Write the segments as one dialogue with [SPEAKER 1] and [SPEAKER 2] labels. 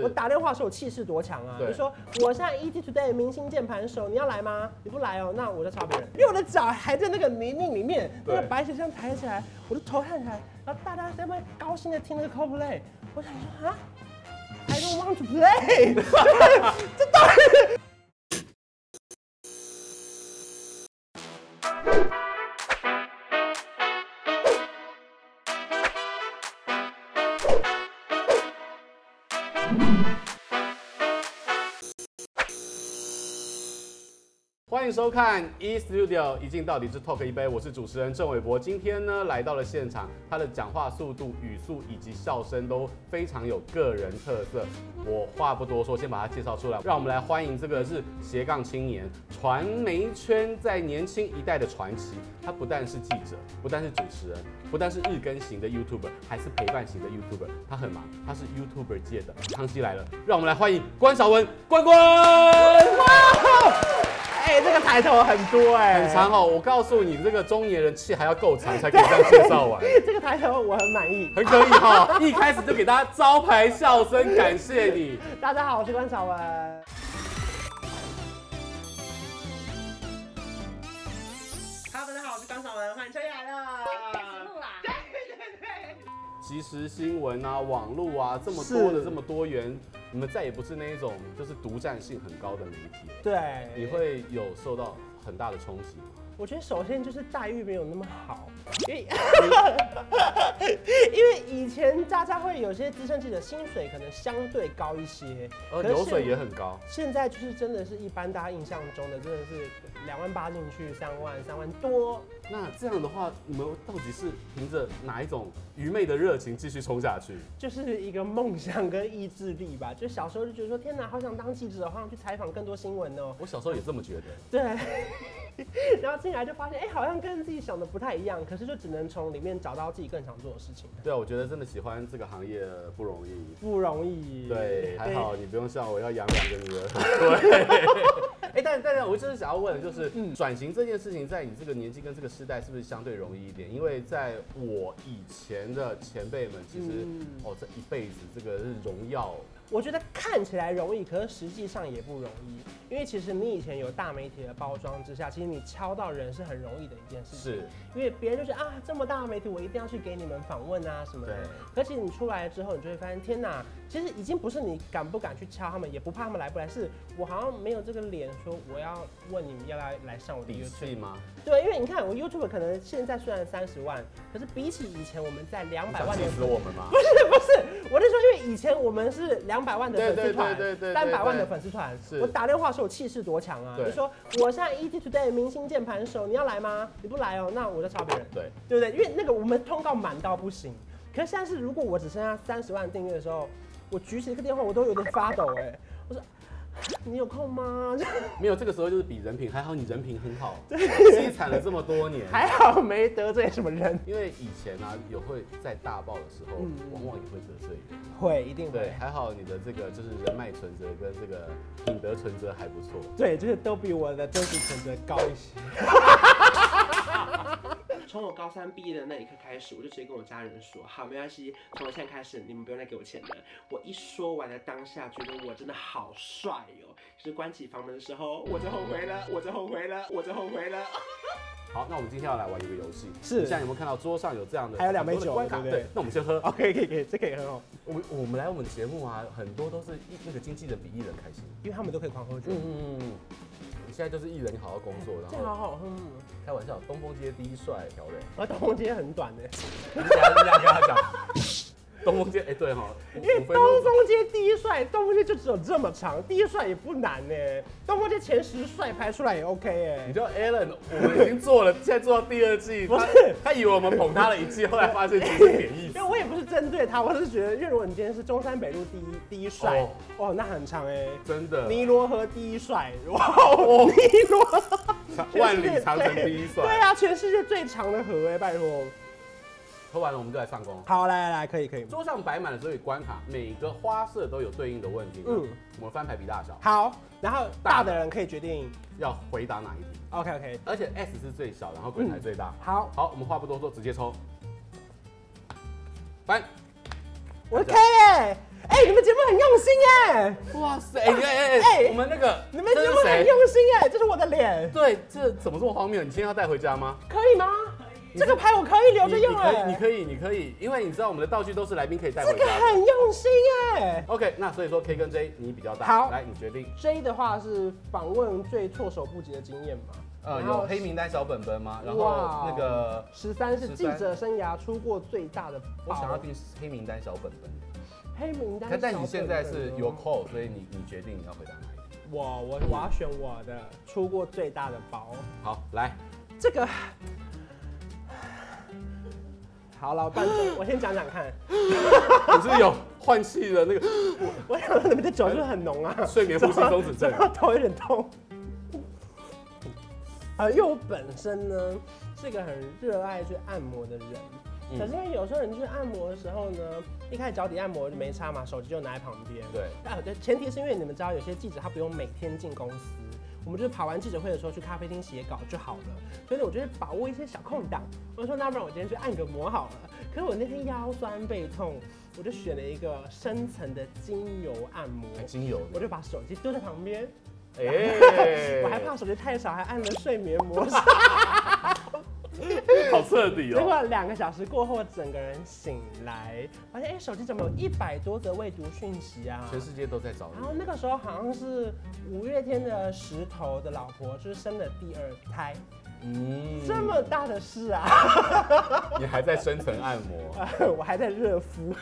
[SPEAKER 1] 我打电话的时候我气势多强啊！
[SPEAKER 2] 对
[SPEAKER 1] 你说我现在 ET Today 明星键盘手，你要来吗？你不来哦，那我就抄别人。因为我的脚还在那个泥泞里面，那
[SPEAKER 2] 对
[SPEAKER 1] 个白雪这样抬起来，我的头看起来，然后大家在那边高兴的听那个 Coldplay，我想说啊，I don't want to play，就是 这到底是
[SPEAKER 2] 欢迎收看 E Studio 一镜到底之 Talk 一杯，我是主持人郑伟博。今天呢来到了现场，他的讲话速度、语速以及笑声都非常有个人特色。我话不多说，先把他介绍出来，让我们来欢迎这个是斜杠青年、传媒圈在年轻一代的传奇。他不但是记者，不但是主持人，不但是日更型的 YouTuber，还是陪伴型的 YouTuber。他很忙，他是 YouTuber 界的康熙来了。让我们来欢迎关韶文，关关。
[SPEAKER 1] 哎、这个抬头很多哎、
[SPEAKER 2] 很长哦，我告诉你，这个中年人气还要够长才可以这样介绍完，
[SPEAKER 1] 这个抬头我很满意。
[SPEAKER 2] 很可以哈、一开始就给大家招牌笑声，感谢你。
[SPEAKER 1] 大家好，我是关晓雯。Hello，大家好，我是关晓雯，欢迎秋叶来了。
[SPEAKER 2] 即时新闻啊，网络啊，这么多的
[SPEAKER 1] 是
[SPEAKER 2] 这么多元，你们再也不是那一种就是独占性很高的媒体了，
[SPEAKER 1] 对，
[SPEAKER 2] 你会有受到很大的冲击吗？
[SPEAKER 1] 我觉得首先就是待遇没有那么好，因为 因为以前大家会有些资深记者薪水可能相对高一些，
[SPEAKER 2] 呃，
[SPEAKER 1] 可是
[SPEAKER 2] 流水也很高，
[SPEAKER 1] 现在就是真的是一般大家印象中的真的是两万八进去，三万三万多，
[SPEAKER 2] 那这样的话，你们到底是凭着哪一种愚昧的热情继续冲下去？
[SPEAKER 1] 就是一个梦想跟意志力吧。就小时候就觉得说，天哪，好想当记者，好想去采访更多新闻哦。
[SPEAKER 2] 我小时候也这么觉得。
[SPEAKER 1] 对， 然后进来就发现，哎、好像跟自己想的不太一样，可是就只能从里面找到自己更想做的事情，
[SPEAKER 2] 对啊，我觉得真的喜欢这个行业不容易。
[SPEAKER 1] 不容易。
[SPEAKER 2] 对，还好你不用像我要养两个女儿。 对。哎、但但是，我真的想要问，就是转型这件事情，在你这个年纪跟这个时代，是不是相对容易一点？因为在我以前的前辈们，其实、
[SPEAKER 1] 嗯
[SPEAKER 2] 哦，这一辈子这个是荣耀，
[SPEAKER 1] 我觉得看起来容易，可是实际上也不容易，因为其实你以前有大媒体的包装之下，其实你敲到人是很容易的一件事情，
[SPEAKER 2] 是
[SPEAKER 1] 因为别人就是啊，这么大的媒体，我一定要去给你们访问啊什么的
[SPEAKER 2] 对。
[SPEAKER 1] 而且你出来之后，你就会发现，天哪，其实已经不是你敢不敢去敲他们，也不怕他们来不来，是我好像没有这个脸说我要问你们要不要来上我的
[SPEAKER 2] 底
[SPEAKER 1] YouTube
[SPEAKER 2] 气。吗？
[SPEAKER 1] 对，因为你看我 YouTube 可能现在虽然三十万，可是比起以前我们在两
[SPEAKER 2] 你
[SPEAKER 1] 百
[SPEAKER 2] 想
[SPEAKER 1] 万
[SPEAKER 2] 气
[SPEAKER 1] 的
[SPEAKER 2] 死我们吗
[SPEAKER 1] 不？是不是，我是说，因为以前我们是两百万的粉丝团
[SPEAKER 2] 对对对对对，
[SPEAKER 1] 三百万的粉丝团
[SPEAKER 2] 是。
[SPEAKER 1] 我打电话的时候我气势多强啊！
[SPEAKER 2] 对
[SPEAKER 1] 你说我现在 ET Today 明星键盘手，你要来吗？你不来哦，那我就抄别人，
[SPEAKER 2] 对，
[SPEAKER 1] 对不对？因为那个我们通告满到不行。可是现在是，如果我只剩下三十万订阅的时候，我举起这个电话我都有点发抖哎、我说你有空吗？
[SPEAKER 2] 没有这个时候就是比人品，还好你人品很 好，凄惨了这么多年。
[SPEAKER 1] 还好没得罪什么人，
[SPEAKER 2] 因为以前啊，有会在大爆的时候，
[SPEAKER 1] 嗯
[SPEAKER 2] 往往也会得罪人。
[SPEAKER 1] 会一定
[SPEAKER 2] 对，
[SPEAKER 1] 会。
[SPEAKER 2] 还好你的这个就是人脉存折跟这个品德存折还不错。
[SPEAKER 1] 对，就是都比我的真实存折高一些。 从我高三毕业的那一刻开始，我就直接跟我家人说，好，没关系，从现在开始，你们不用再给我钱了。我一说完的当下，觉得我真的好帅哦。就是关起房门的时候，我就后悔了，我就后悔了，我就后悔了。
[SPEAKER 2] 好，那我们今天要来玩一个游戏，
[SPEAKER 1] 是
[SPEAKER 2] 你现在有没有看到桌上有这样的？
[SPEAKER 1] 还有两杯酒
[SPEAKER 2] 关卡，
[SPEAKER 1] 对不对
[SPEAKER 2] 那我们先喝。
[SPEAKER 1] 哦，可以可以可以，这可以很好，
[SPEAKER 2] 啊我们我们来我们节目啊，很多都是一那个经纪人比艺人开心。
[SPEAKER 1] 因为他们都可以狂喝酒
[SPEAKER 2] 嗯。嗯嗯嗯。你现在就是艺人，你好好工作，然
[SPEAKER 1] 这好
[SPEAKER 2] 后
[SPEAKER 1] 好喝，嗯，
[SPEAKER 2] 开玩笑，东风街第一帅条 嘞，
[SPEAKER 1] 我东风街很短的，欸
[SPEAKER 2] 你等一下你等一下跟他讲。东风街，哎、对哈，五
[SPEAKER 1] 因为
[SPEAKER 2] 五分钟
[SPEAKER 1] 东风街第一帅，东风街就只有这么长，第一帅也不难呢，东风街前十帅排出来也 OK 哎
[SPEAKER 2] 你。知道 Alan，我们已经做了，现在做到第二季，
[SPEAKER 1] 不
[SPEAKER 2] 他
[SPEAKER 1] 是
[SPEAKER 2] 他以为我们捧他了一季，后来发现其实贬义
[SPEAKER 1] 因
[SPEAKER 2] 词
[SPEAKER 1] 为。我也不是针对他，我是觉得，因为如果你今天是中山北路第一第一帅，
[SPEAKER 2] 哦
[SPEAKER 1] 哦那很长哎、
[SPEAKER 2] 真的，
[SPEAKER 1] 尼罗河第一帅，哇， 哦、尼罗
[SPEAKER 2] 万里长城第
[SPEAKER 1] 对
[SPEAKER 2] 一帅。
[SPEAKER 1] 啊，全世界最长的河哎、拜托。
[SPEAKER 2] 喝完了我们就来上工。
[SPEAKER 1] 好，来来来，可以可以。
[SPEAKER 2] 桌上摆满了所有关卡，每个花色都有对应的问题。嗯
[SPEAKER 1] 嗯，
[SPEAKER 2] 我们翻牌比大小，
[SPEAKER 1] 好，然后大的人可以决定
[SPEAKER 2] 要回答哪一题，
[SPEAKER 1] ，OK OK。
[SPEAKER 2] 而且 S 是最小，然后滚台最大。
[SPEAKER 3] 嗯
[SPEAKER 1] 好，
[SPEAKER 2] 好，我们话不多说，直接抽。翻，
[SPEAKER 1] 我的 K 哎、
[SPEAKER 3] 哎、你们节目很用心哎、
[SPEAKER 2] 哇塞，哎哎哎
[SPEAKER 3] 哎，
[SPEAKER 2] 我们那个，
[SPEAKER 3] 你们节目
[SPEAKER 2] 这是
[SPEAKER 3] 很
[SPEAKER 2] 谁？
[SPEAKER 3] 用心哎、这是我的脸，
[SPEAKER 2] 对，这怎么这么荒谬？你今天要带回家吗？
[SPEAKER 3] 可以吗？这个牌我可以留着
[SPEAKER 2] 你
[SPEAKER 3] 用哎、
[SPEAKER 2] 你可以，你可以，你可以，因为你知道我们的道具都是来宾可以带回
[SPEAKER 3] 这个
[SPEAKER 2] 家的。
[SPEAKER 3] 很用心哎、
[SPEAKER 2] OK，那所以说 K 跟 J 你比较大，
[SPEAKER 3] 好
[SPEAKER 2] 来你决定。
[SPEAKER 3] J 的话是访问最措手不及的经验嘛？
[SPEAKER 2] 呃，
[SPEAKER 3] 然后
[SPEAKER 2] 有黑名单小本本吗？然后
[SPEAKER 3] 哇
[SPEAKER 2] 那个，
[SPEAKER 3] 十三是
[SPEAKER 2] 13
[SPEAKER 3] 记者生涯出过最大的
[SPEAKER 2] 我想要
[SPEAKER 3] 包
[SPEAKER 2] 听黑名单小本本。
[SPEAKER 3] 黑名单
[SPEAKER 2] 可
[SPEAKER 3] 小本本哦。
[SPEAKER 2] 但你现在是有 call，所以你你决定你要回答哪一个。
[SPEAKER 3] 我我我要选我的出过最大的包，
[SPEAKER 2] 好，来，
[SPEAKER 3] 这个。好了，我半醉，我先讲讲看。
[SPEAKER 2] 你是有换气的那个
[SPEAKER 3] 我想说你们的酒是不是很浓啊？
[SPEAKER 2] 睡眠呼吸中止症
[SPEAKER 3] 然后头有点痛。啊，因为我本身呢是个很热爱去按摩的人，
[SPEAKER 2] 嗯
[SPEAKER 3] 可是因为有时候人去按摩的时候呢，一开始脚底按摩就没差嘛，手机就拿在旁边。
[SPEAKER 2] 对，
[SPEAKER 3] 啊，对，前提是因为你们知道有些记者他不用每天进公司，我们就是跑完记者会的时候去咖啡厅写稿就好了。所以呢，我就是把握一些小空档，我就说那不然我今天去按个摩好了。可是我那天腰酸背痛，我就选了一个深层的精油按摩，
[SPEAKER 2] 精油
[SPEAKER 3] 我就把手机丢在旁边，
[SPEAKER 2] 哎
[SPEAKER 3] 我还怕手机太少，还按了睡眠模式。
[SPEAKER 2] 好彻底哦
[SPEAKER 3] 结果两个小时过后，整个人醒来，发现哎、手机怎么有一百多则未读讯息啊？
[SPEAKER 2] 全世界都在找
[SPEAKER 3] 然后
[SPEAKER 2] 你。
[SPEAKER 3] 那个时候好像是五月天的石头的老婆，就是生了第二胎，
[SPEAKER 2] 嗯
[SPEAKER 3] 这么大的事啊！
[SPEAKER 2] 你还在深层按摩，
[SPEAKER 3] 我还在热敷，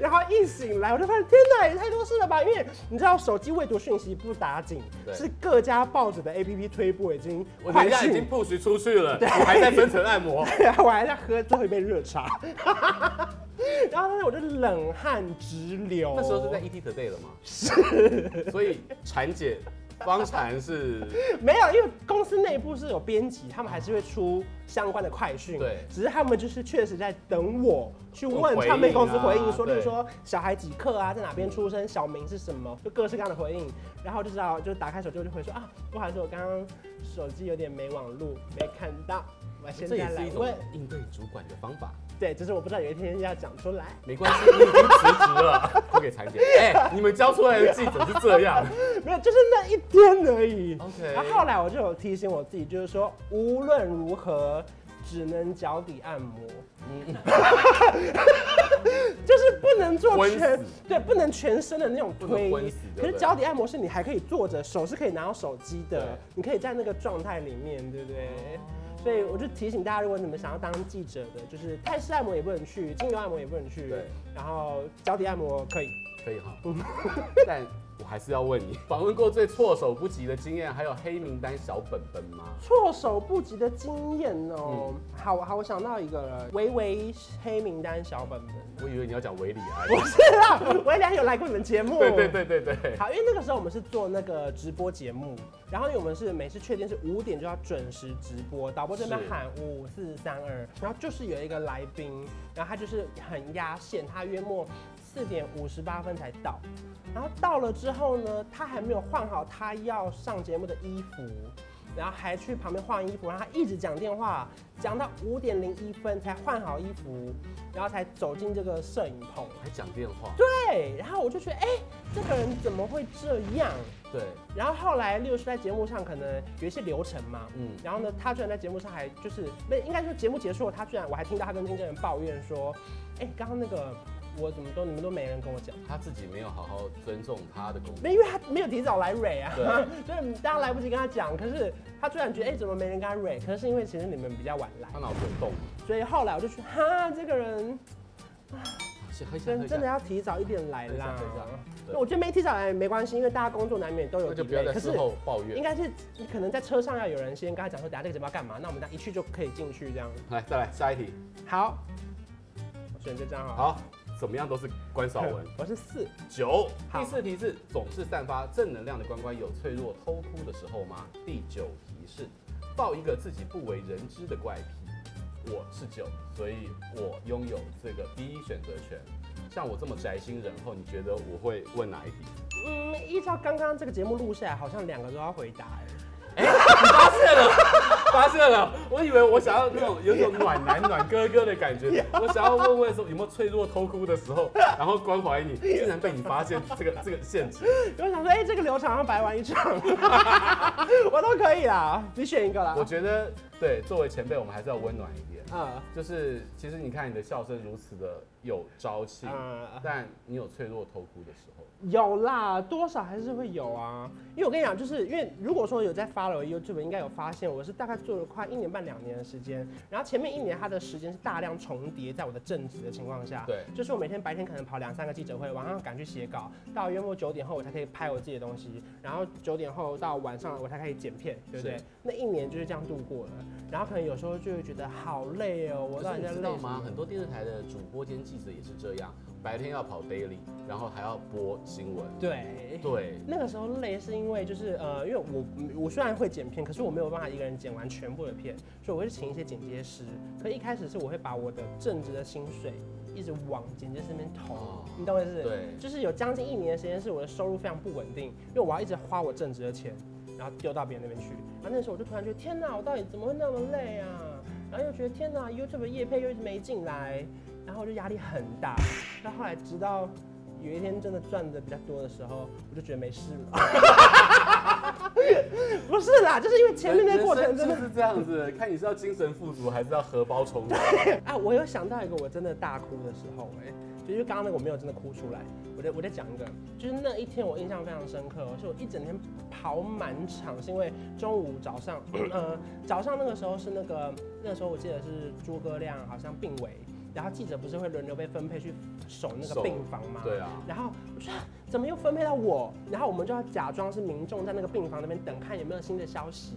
[SPEAKER 3] 然后一醒来我就发现，天哪，也太多事了吧！因为你知道手机未读讯息不打紧
[SPEAKER 2] 对，
[SPEAKER 3] 是各家报纸的 APP 推播已经
[SPEAKER 2] 我
[SPEAKER 3] 快
[SPEAKER 2] 等一下已经
[SPEAKER 3] 讯，
[SPEAKER 2] push 出去了，我还在深层按摩。
[SPEAKER 3] 我还在喝最后一杯热茶， 然后当时我就冷汗直流。
[SPEAKER 2] 那时候是在 ET Today 了吗？是，所以婵姐方婵是
[SPEAKER 3] 没有，因为公司内部是有编辑，他们还是会出相关的快讯。
[SPEAKER 2] 对
[SPEAKER 3] 只是他们就是确实在等我去问
[SPEAKER 2] 回应啊
[SPEAKER 3] 唱片公司回应，说，
[SPEAKER 2] 对
[SPEAKER 3] 例如说小孩几克啊，在哪边出生，小名是什么，就各式各样的回应。然后就知道，就打开手机我就会说啊，不好意思，我刚刚手机有点没网路，没看到，我现
[SPEAKER 2] 这
[SPEAKER 3] 在
[SPEAKER 2] 也是
[SPEAKER 3] 来
[SPEAKER 2] 一种
[SPEAKER 3] 问。
[SPEAKER 2] 应对主管的方法。
[SPEAKER 3] 对，只是我不知道有一天要讲出来。
[SPEAKER 2] 没关系，你已经辞职了，交给婵姐。哎、你们教出来的记者是这样。
[SPEAKER 3] 没有，就是那一天而已。
[SPEAKER 2] OK
[SPEAKER 3] 然后后来我就有提醒我自己，就是说无论如何只能脚底按摩， 就是不能做
[SPEAKER 2] 昏
[SPEAKER 3] 全
[SPEAKER 2] 死
[SPEAKER 3] 对，不能全身的那种
[SPEAKER 2] 不能
[SPEAKER 3] 推
[SPEAKER 2] 昏死。对不
[SPEAKER 3] 可
[SPEAKER 2] 对
[SPEAKER 3] 是脚底按摩是你还可以坐着，手是可以拿到手机
[SPEAKER 2] 对
[SPEAKER 3] 的，你可以在那个状态里面，对不对？所以我就提醒大家，如果你们想要当记者的，就是泰式按摩也不能去，精油按摩也不能去
[SPEAKER 2] 对，
[SPEAKER 3] 然后脚底按摩可以。
[SPEAKER 2] 可以哈，但我还是要问你，访问过最措手不及的经验，还有黑名单小本本吗？
[SPEAKER 3] 措手不及的经验
[SPEAKER 2] 嗯
[SPEAKER 3] 哦、好好，我想到一个了，维维黑名单小本本。
[SPEAKER 2] 我以为你要讲维里安。哦
[SPEAKER 3] 不是啦，维良有来过你们节目。
[SPEAKER 2] 对对。对对对。
[SPEAKER 3] 好，因为那个时候我们是做那个直播节目，然后因为我们是每次确定是五点就要准时直播，导播这边
[SPEAKER 2] 是
[SPEAKER 3] 喊五四三二，然后就是有一个来宾，然后他就是很压线，他约莫四点五十八分才到，然后到了之后呢，他还没有换好他要上节目的衣服，然后还去旁边换衣服，然后他一直讲电话，讲到五点零一分才换好衣服，然后才走进这个摄影棚。
[SPEAKER 2] 还讲电话。
[SPEAKER 3] 对，然后我就觉得，哎、这个人怎么会这样？
[SPEAKER 2] 对，
[SPEAKER 3] 然后后来，例如说在节目上可能有一些流程嘛，
[SPEAKER 2] 嗯
[SPEAKER 3] 嗯，然后呢，他居然在节目上还就是，那应该说节目结束了，他居然我还听到他跟经纪人抱怨说，哎、刚刚那个我怎么都你们都没人跟我讲，
[SPEAKER 2] 他自己没有好好尊重他的工作。
[SPEAKER 3] 那因为他没有提早来蕊啊，
[SPEAKER 2] 对
[SPEAKER 3] 所以大家来不及跟他讲，可是他居然觉得，哎、怎么没人跟他蕊？可是因为其实你们比较晚来，
[SPEAKER 2] 他脑子啊有洞。
[SPEAKER 3] 所以后来我就觉得，哈，这个人
[SPEAKER 2] 还想
[SPEAKER 3] 真真的要提早一点来
[SPEAKER 2] 等一下
[SPEAKER 3] 啦
[SPEAKER 2] 等一下。对
[SPEAKER 3] 那我觉得没提早来也没关系，因为大家工作难免都有
[SPEAKER 2] 那就
[SPEAKER 3] delay，
[SPEAKER 2] 不要在
[SPEAKER 3] 可
[SPEAKER 2] 事
[SPEAKER 3] 是
[SPEAKER 2] 后抱
[SPEAKER 3] 应
[SPEAKER 2] 怨。
[SPEAKER 3] 该是你可能在车上要有人先跟他讲说，等下这个节目要干嘛，那我们等下一去就可以进去这样。
[SPEAKER 2] 来，再来下一题。
[SPEAKER 3] 好，我选这张好。
[SPEAKER 2] 好，怎么样都是关少文。
[SPEAKER 3] 我是四，
[SPEAKER 2] 九，
[SPEAKER 3] 好
[SPEAKER 2] 第四题是总是散发正能量的关关有脆弱偷哭的时候吗？第九题是爆一个自己不为人知的怪癖。我是九，所以我拥有这个第一选择权。像我这么宅心仁厚，你觉得我会问哪一题？
[SPEAKER 3] 嗯，依照刚刚这个节目录下来，好像两个都要回答
[SPEAKER 2] 你
[SPEAKER 3] 哎。
[SPEAKER 2] 发现了，发现了，我以为我想要那种有种暖男暖哥哥的感 觉，我想要问问说有没有脆弱偷哭的时候，然后关怀你，竟然被你发现这个这个限制，
[SPEAKER 3] 我想说，哎、这个流程好像白玩一 场，我都可以啦，你选一个啦
[SPEAKER 2] 我。觉得对，作为前辈，我们还是要温暖一点。
[SPEAKER 3] 嗯
[SPEAKER 2] 就是其实你看你的笑声如此的有朝气，
[SPEAKER 3] 嗯，
[SPEAKER 2] 但你有脆弱偷哭的时候。
[SPEAKER 3] 有啦，多少还是会有啊。因为我跟你讲，就是因为如果说有在 follow YouTube，应该有发现，我是大概做了快一年半两年的时间，然后前面一年它的时间是大量重叠在我的正职的情况下。
[SPEAKER 2] 对
[SPEAKER 3] 就是我每天白天可能跑两三个记者会，晚上赶去写稿，到约莫九点后我才可以拍我自己的东西，然后九点后到晚上我才可以剪片，对不对
[SPEAKER 2] 是？
[SPEAKER 3] 那一年就是这样度过了，然后可能有时候就会觉得好累哦，我到
[SPEAKER 2] 可
[SPEAKER 3] 底
[SPEAKER 2] 是
[SPEAKER 3] 在
[SPEAKER 2] 你
[SPEAKER 3] 累
[SPEAKER 2] 知道吗？
[SPEAKER 3] 什
[SPEAKER 2] 很
[SPEAKER 3] 么
[SPEAKER 2] 多电视台的主播兼记者也是这样，白天要跑 daily，然后还要播新闻。
[SPEAKER 3] 对。
[SPEAKER 2] 对，
[SPEAKER 3] 那个时候累是因为就是呃，因为我我虽然会剪片，可是我没有办法一个人剪完全部的片，所以我会请一些剪接师。可一开始是我会把我的正职的薪水一直往剪接师那边投，
[SPEAKER 2] 哦
[SPEAKER 3] 你懂我意思？
[SPEAKER 2] 对
[SPEAKER 3] 就是有将近一年的时间是我的收入非常不稳定，因为我要一直花我正职的钱，然后丢到别人那边去。然后那时候我就突然觉得，天哪，我到底怎么会那么累啊？然后又觉得天哪，YouTube 的业配又一直没进来，然后我就压力很大。到后来直到有一天真的赚的比较多的时候，我就觉得没事了。 不是啦，就是因为前面那个过程
[SPEAKER 2] 人
[SPEAKER 3] 真
[SPEAKER 2] 生
[SPEAKER 3] 的
[SPEAKER 2] 就是这样子，看你是要精神富足，还是要荷包充 足。
[SPEAKER 3] 啊，我有想到一个我真的大哭的时候、哎，就是刚刚那个我没有真的哭出来，我再我再讲一个，就是那一天我印象非常深刻、哦，是我一整天跑满场，是因为中午早上， 呃，早上那个时候是那个那个时候我记得是诸葛亮好像病危，然后记者不是会轮流被分配去守那
[SPEAKER 2] 守
[SPEAKER 3] 个病房吗？
[SPEAKER 2] 对啊，
[SPEAKER 3] 然后我说啊怎么又分配到我？然后我们就要假装是民众在那个病房那边等，看有没有新的消息。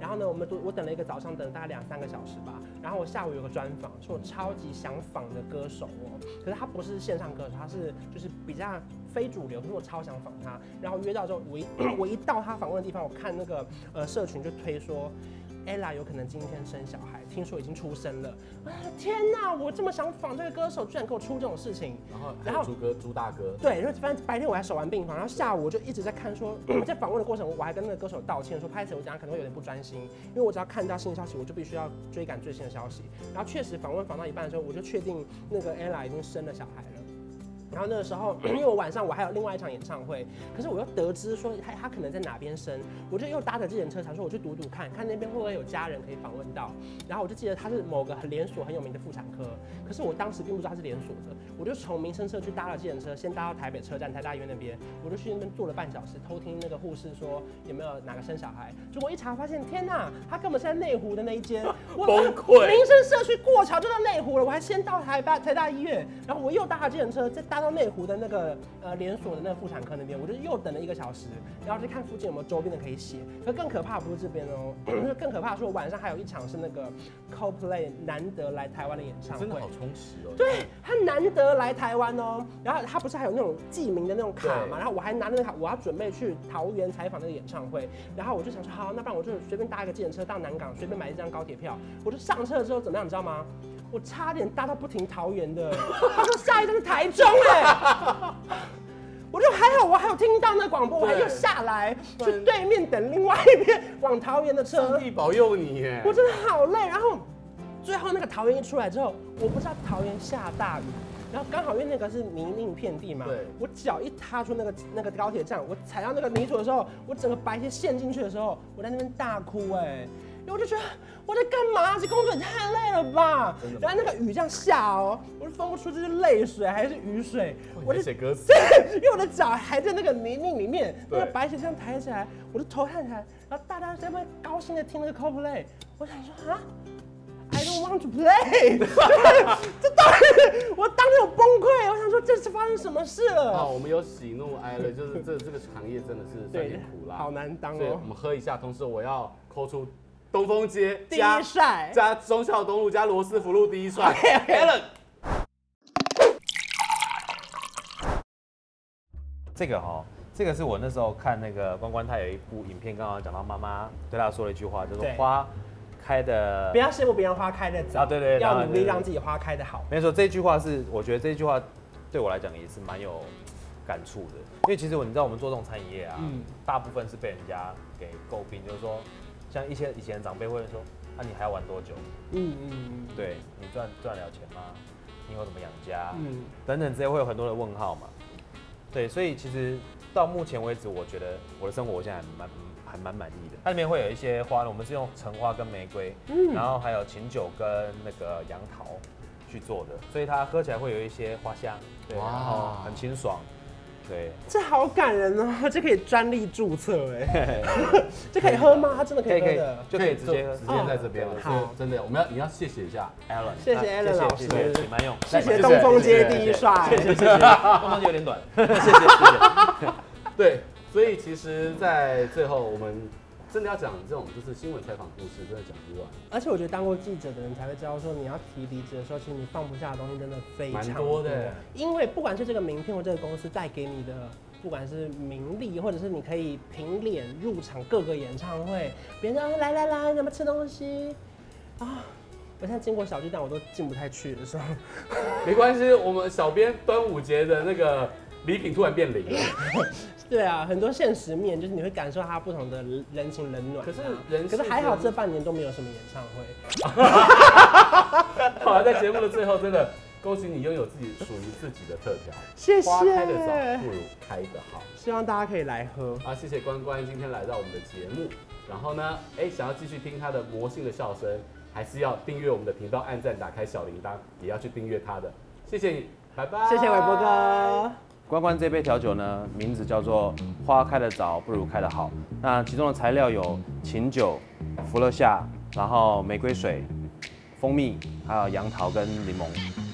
[SPEAKER 3] 然后呢，我们都我等了一个早上，等了大概两三个小时吧。然后我下午有个专访，是我超级想访的歌手哦，可是他不是线上歌手，他是就是比较非主流，可是我超想访他。然后约到之后，我一 我一到他访问的地方，我看那个呃社群就推说。ella 有可能今天生小孩，听说已经出生了。啊天哪！我这么想访这个歌手，居然给我出这种事情。
[SPEAKER 2] 然后还
[SPEAKER 3] 然
[SPEAKER 2] 有
[SPEAKER 3] 后
[SPEAKER 2] 朱哥、朱大哥，
[SPEAKER 3] 对，然后反正白天我还守完病房，然后下午我就一直在看说，在访问的过程，我还跟那个歌手道歉说，拍摄我讲可能会有点不专心，因为我只要看到新的消息，我就必须要追赶最新的消息。然后确实访问访到一半的时候，我就确定那个 ella 已经生了小孩了。然后那个时候，因为我晚上我还有另外一场演唱会，可是我又得知说他他可能在哪边生，我就又搭着自行车想说我去读读看看那边会不会有家人可以访问到。然后我就记得他是某个很连锁很有名的妇产科，可是我当时并不知道它是连锁的，我就从民生社区搭了计程车，先搭到台北车站台大医院那边，我就去那边坐了半小时，偷听那个护士说有没有哪个生小孩。结果一查发现，天呐，他根本是在内湖的那一 间，我
[SPEAKER 2] 崩溃
[SPEAKER 3] 民生社区过桥就到内湖了，我还先到台大台大医院，然后我又搭了计程车，再搭到内湖的那个呃连锁的那个妇产科那边，我就又等了一个小时，然后就看附近有没有周边的可以写。可更可怕不是这边 哦，就是更可怕的是我晚上还有一场是那个 CoPlay 难得来台湾的演唱
[SPEAKER 2] 真的
[SPEAKER 3] 会
[SPEAKER 2] 好。充实哦。
[SPEAKER 3] 对他难得来台湾哦，然后他不是还有那种记名的那种卡
[SPEAKER 2] 对
[SPEAKER 3] 嘛，然后我还拿那个卡，我要准备去桃园采访那个演唱会，然后我就想说好，那不然我就随便搭一个计程车到南港，随便买一张高铁票，我就上车之后怎么样，你知道吗？我差点搭到不停桃园的，他说下一站是台中哎、我就还好，我还有听到那广播，我还
[SPEAKER 2] 对
[SPEAKER 3] 又下来
[SPEAKER 2] 对
[SPEAKER 3] 去对面等另外一边往桃园的车
[SPEAKER 2] 上。帝保佑你耶！
[SPEAKER 3] 我真的好累。然后最后那个桃园一出来之后，我不知道桃园下大雨，然后刚好因为那个是泥泞遍地嘛，
[SPEAKER 2] 对
[SPEAKER 3] 我脚一踏出那个那个高铁站，我踩到那个泥土的时候，我整个白鞋陷进去的时候，我在那边大哭哎、因为我就觉得我在干嘛？这工作也太累了吧
[SPEAKER 2] 真的！吗
[SPEAKER 3] 然后那个雨这样下哦，我就分不出这是泪水还是雨水，
[SPEAKER 2] 我
[SPEAKER 3] 我就
[SPEAKER 2] 在写歌词。
[SPEAKER 3] 对， 因为我的脚还在那个泥泞里面，
[SPEAKER 2] 对
[SPEAKER 3] 那个白鞋这样抬起来，我的头探起来，然后大家在那边高兴的听那个 Coldplay，我想说啊。I don't want to play，这到底我当时有崩溃，我想说这是发生什么事
[SPEAKER 2] 好，
[SPEAKER 3] 了？
[SPEAKER 2] 哦我们有喜怒哀 乐，就是这这个行业真的是酸
[SPEAKER 3] 对
[SPEAKER 2] 甜苦，辣。
[SPEAKER 3] 好难当
[SPEAKER 2] 所以
[SPEAKER 3] 哦
[SPEAKER 2] 我。们喝一下，同时我要抠出东风街
[SPEAKER 3] 第
[SPEAKER 2] 加
[SPEAKER 3] 一帅，
[SPEAKER 2] 加忠孝东路加罗斯福路第一 串。Alan，
[SPEAKER 4] 这个哦，这个是我那时候看那个关关，他有一部影片，刚刚讲到妈妈对他说了一句话，就是
[SPEAKER 3] 对
[SPEAKER 4] 花开的
[SPEAKER 3] 不。要羡慕别人花开的早，
[SPEAKER 4] 啊对对对
[SPEAKER 3] 要努
[SPEAKER 4] 对对
[SPEAKER 3] 力
[SPEAKER 4] 对
[SPEAKER 3] 让自己花开的好。
[SPEAKER 4] 没错，这句话是我觉得这句话对我来讲也是蛮有感触的，因为其实我你知道我们做这种餐饮业啊，
[SPEAKER 3] 嗯
[SPEAKER 4] 大部分是被人家给诟病，就是说。像一些以前长辈会说，啊，你还要玩多久？
[SPEAKER 3] 嗯嗯嗯，
[SPEAKER 4] 对你赚赚了钱吗？你以后怎么养家？
[SPEAKER 3] 嗯，
[SPEAKER 4] 等等之类会有很多的问号嘛。对，所以其实到目前为止，我觉得我的生活我现在还蛮还蛮满意的。它里面会有一些花呢，我们是用橙花跟玫瑰，
[SPEAKER 3] 嗯
[SPEAKER 4] 然后还有琴酒跟那个杨桃去做的，所以它喝起来会有一些花香，对，
[SPEAKER 2] 哇
[SPEAKER 4] 然后很清爽，对，
[SPEAKER 3] 这好感人哦，这可以专利注册哎， 这可以喝吗？它真的可以喝的。
[SPEAKER 4] 就可以直接喝
[SPEAKER 2] 直接在这边了，
[SPEAKER 3] 哦
[SPEAKER 2] 所以真的，我们要你要谢谢一下，
[SPEAKER 4] Alan，
[SPEAKER 3] 谢谢
[SPEAKER 4] 啊
[SPEAKER 3] Alan 老师
[SPEAKER 4] 谢谢，请慢用，
[SPEAKER 3] 谢谢
[SPEAKER 2] 谢
[SPEAKER 3] 东风街第一帅，
[SPEAKER 4] 谢谢，谢 谢，动作有点短，谢谢，谢谢。
[SPEAKER 2] 对，所以其实，在最后我们真的要讲这种就是新闻采访故事，真的讲不完，
[SPEAKER 3] 而且我觉得当过记者的人才会知道，说你要提离职的时候，其实你放不下的东西真的非常
[SPEAKER 2] 蛮多的。
[SPEAKER 3] 因为不管是这个名片或这个公司带给你的，不管是名利，或者是你可以凭脸入场各个演唱会，别人说、啊、来来来，你们吃东西啊。我现在经过小巨蛋，我都进不太去的时候，
[SPEAKER 2] 没关系，我们小编端午节的那个礼品突然变零了，
[SPEAKER 3] 对啊，很多现实面就是你会感受它不同的人情冷暖啊、
[SPEAKER 2] 可是人
[SPEAKER 3] 可
[SPEAKER 2] 世
[SPEAKER 3] 是还好
[SPEAKER 2] 间
[SPEAKER 3] 这半年都没有什么演唱会。
[SPEAKER 2] 好啊，在节目的最后，真的恭喜你拥有自己属于自己的特调。
[SPEAKER 3] 谢
[SPEAKER 2] 花开的早，
[SPEAKER 3] 谢，
[SPEAKER 2] 不如开的好
[SPEAKER 3] 希望大家可以来喝。
[SPEAKER 2] 啊！谢谢关关今天来到我们的节目，然后呢，哎，想要继续听他的魔性的笑声，还是要订阅我们的频道，按赞，打开小铃铛，也要去订阅他的。谢谢你，拜拜。
[SPEAKER 3] 谢谢韦伯。哥。
[SPEAKER 4] 关关这杯调酒呢，名字叫做“花开得早不如开得好”。那其中的材料有琴酒、伏乐夏，然后玫瑰水、蜂蜜，还有杨桃跟柠檬。